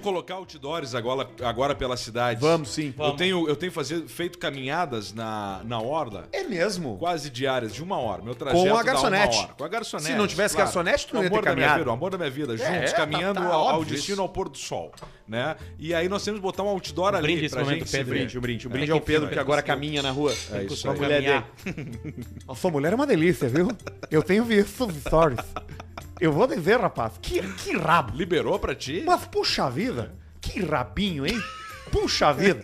Vou colocar outdoors agora, agora pela cidade. Vamos sim. Eu tenho, eu tenho fazer, feito caminhadas na, na Orla, É mesmo? quase diárias, de uma hora. Meu trajeto dá uma garçonete. hora. Com a garçonete. Se não tivesse garçonete, tu não O ia ter amor da minha caminhado. vida, o amor da minha vida, juntos, é, tá- caminhando tá ao, ao óbvio destino isso. ao pôr do sol. né? E aí nós temos que botar um outdoor ali brinde esse pra momento, gente se Pedro. ver. Um brinde. Um brinde É ao que Pedro, fica que agora possível. caminha na rua. É isso aí. mulher dele. A sua mulher é uma delícia, viu? Eu tenho visto os stories. Eu vou dizer, rapaz, que, que rabo. Liberou pra ti? Mas puxa vida, que rabinho, hein? Puxa vida.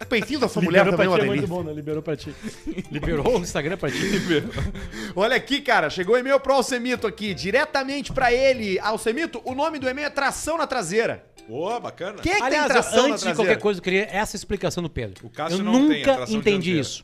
O peitinho da sua mulher Liberou pra também é uma ti, é muito delícia. bom, né? Liberou pra ti. Liberou o Instagram pra ti. Olha aqui, cara, chegou um e-mail pro Alcemito aqui, diretamente pra ele. Alcemito, o nome do e-mail é Tração na Traseira. Ô, bacana. Quem é que Aliás, tem tração antes na de traseira? qualquer coisa, eu queria essa explicação do Pedro. O Cássio eu não tem nunca atração entendi dianteira. isso.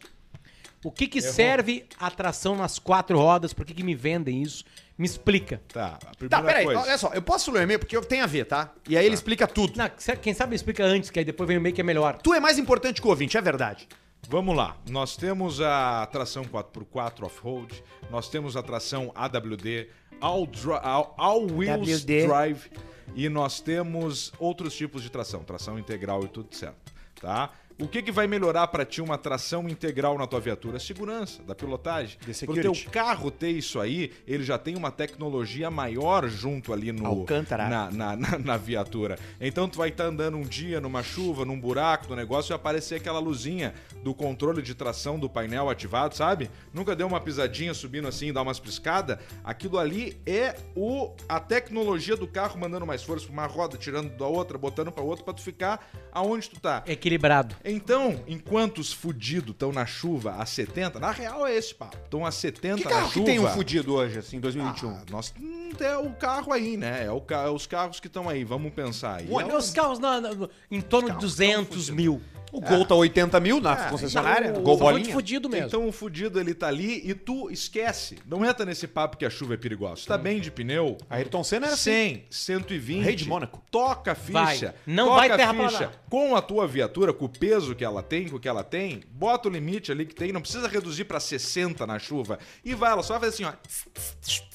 O que, que serve a tração nas quatro rodas? Por que, que me vendem isso? Me explica. Tá, a primeira Tá, peraí, coisa. olha só, eu posso ler o e-mail porque eu- tem a ver, tá? E aí ele explica tudo. Não, se- quem sabe explica antes, que aí depois vem o meio que é melhor. Tu é mais importante que o ouvinte, é verdade. Vamos lá, nós temos a tração 4x4 off-road, nós temos a tração AWD, All, Dri- All- All Wheels WD. Drive e nós temos outros tipos de tração, tração integral e tudo certo, tá? O que, que vai melhorar para ti uma tração integral na tua viatura? Segurança, da pilotagem. The Pro teu security. carro ter isso aí, ele já tem uma tecnologia maior junto ali no Alcântara. na- na, na- na viatura. Então tu vai estar andando um dia numa chuva, num buraco do negócio e aparecer aquela luzinha do controle de tração do painel ativado, sabe? Nunca deu uma pisadinha subindo assim e dar umas piscadas? Aquilo ali é o a tecnologia do carro mandando mais força pra uma roda, tirando da outra, botando pra outra pra tu ficar aonde tu tá. Equilibrado. Então, enquanto os fudidos estão na chuva a 70, na real é esse papo. Estão a 70 Que na carro que chuva. tem um fudido hoje, assim, em 2021? Ah, nós hum, é o carro aí, né? É, o ca- é os carros que estão aí, vamos pensar aí. Olha, os carros na- na- em torno de 200 mil. o Gol tá 80 mil na concessionária, Não, Gol tá são muito bolinha. fudido mesmo. Então o fudido ele tá ali e tu esquece. Não entra nesse papo que a chuva é perigosa. Tu tá bem de pneu? Ayrton Senna era assim. 100, 120. Rei de Mônaco. Toca a ficha. Vai. Não toca vai a terraplanar. Com a tua viatura, com o peso que ela tem, com o que ela tem, bota o limite ali que tem, não precisa reduzir pra 60 na chuva. E vai, ela só vai fazer assim, ó.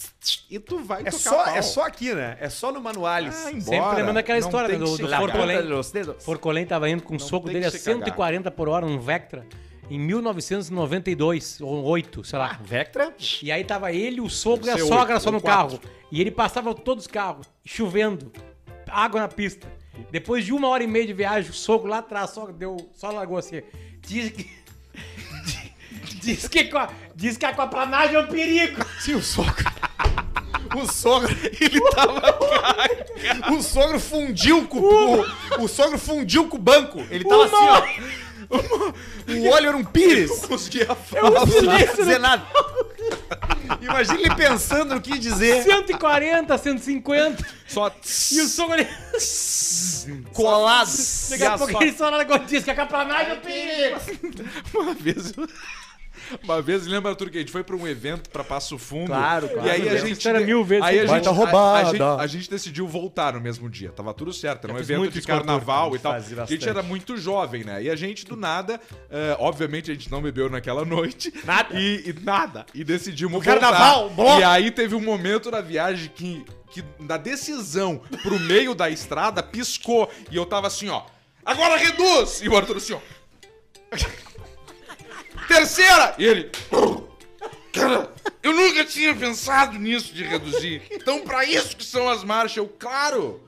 E tu vai É tocar só, pau. é só aqui, né? É só no Manuales. Ah, embora. Sempre lembrando aquela Não história tem do, que se do cagar. Forcolém. Forcolém tava indo com o Não soco tem dele a que se cagar. 140 por hora, um Vectra, em 1992, ou 8, sei lá. Vectra? E aí tava ele, o sogro e a Ah, Seu sogra oito, um só ou no quatro. carro. E ele passava todos os carros, chovendo, água na pista. Depois de uma hora e meia de viagem, o sogro lá atrás só, deu, só largou assim. Diz que. Diz que, com a- diz que a aquaplanagem é um perigo. Sim, o sogro. O sogro, ele tava cagado. O sogro fundiu com o, o sogro fundiu com o banco. Ele tava assim, ó. O olho era um pires. Não conseguia falar. Não conseguia dizer nada. Imagina ele pensando no que É. dizer. 140, 150. Só. E o sogro ali. Colado. Daqui a pouco ele só largou. Diz que a aquaplanagem é um perigo. Uma vez. Uma vez, lembra, Arthur, que a gente foi pra um evento pra Passo Fundo. Claro, claro. E aí a Essa gente. história mil vezes aí a sem gente, Baita a- a, roubada. gente, a gente decidiu voltar no mesmo dia. Tava tudo certo. Era um fiz evento muito de isso com o Arthur, carnaval cara, e tal. A fazia gente bastante. era muito jovem, né? E a gente, do nada, eh, obviamente a gente não bebeu naquela noite. Nada. E, e nada. E decidimos voltar. carnaval, bloco. E aí teve um momento na viagem que, que da decisão pro meio da estrada, piscou. E eu tava assim, ó. Agora reduz! E o Arthur assim, ó. Terceira! E ele. Cara, eu nunca tinha pensado nisso de reduzir. Então, pra isso que são as marchas, eu, claro!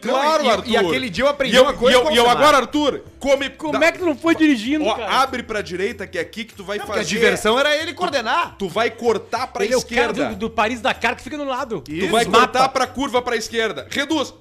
Claro, e- Arthur! e aquele dia eu aprendi E eu, uma coisa E eu, com e eu você, agora, Arthur, come. Como é que tu não foi dirigindo, Ó, cara? abre pra direita, que é aqui que tu vai Porque fazer. a diversão era ele coordenar. Tu vai cortar pra Ele é o cara esquerda. do, do Paris da cara que fica no lado. Tu vai cortar pra curva pra esquerda. Reduz!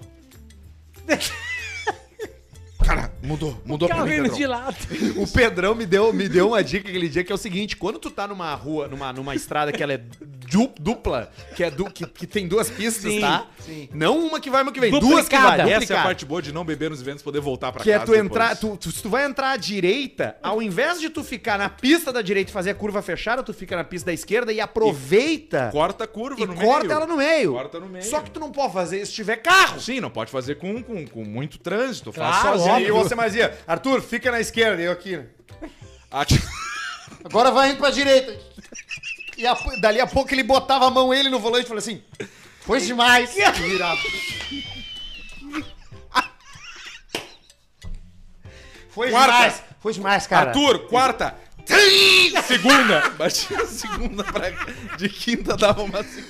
Cara, mudou, mudou pra é mim, Carreiro Pedrão. de lado. O Pedrão me deu, me deu uma dica aquele dia que é o seguinte: quando tu tá numa rua, numa, numa estrada que ela é du- dupla, que, é du- que, que tem duas pistas, Sim, tá? sim. Não uma que vai, uma que vem. Duplicada. Duas que vai. Essa é a Essa é a duplicada. parte boa de não beber nos eventos, poder voltar pra Que é casa tu entrar, depois. tu, tu- se tu vai entrar à direita, ao invés de tu ficar na pista da direita e fazer a curva fechada, tu fica na pista da esquerda e aproveita Corta a curva e, no corta meio. ela no meio. Corta no meio. Só que tu não pode fazer isso se tiver carro. Ah, Sim, não pode fazer com, com, com muito trânsito. Faz Claro, Tá sozinho. E você mais ia, Arthur, fica na esquerda, eu aqui. né? Aqui- Agora vai indo pra direita. E a- dali a pouco ele botava a mão ele no volante e falou assim: Pois demais. virava. Foi Quarta. demais. Foi demais, cara. Arthur, quarta. Trim! Segunda. Batia a segunda pra... De quinta dava uma segunda.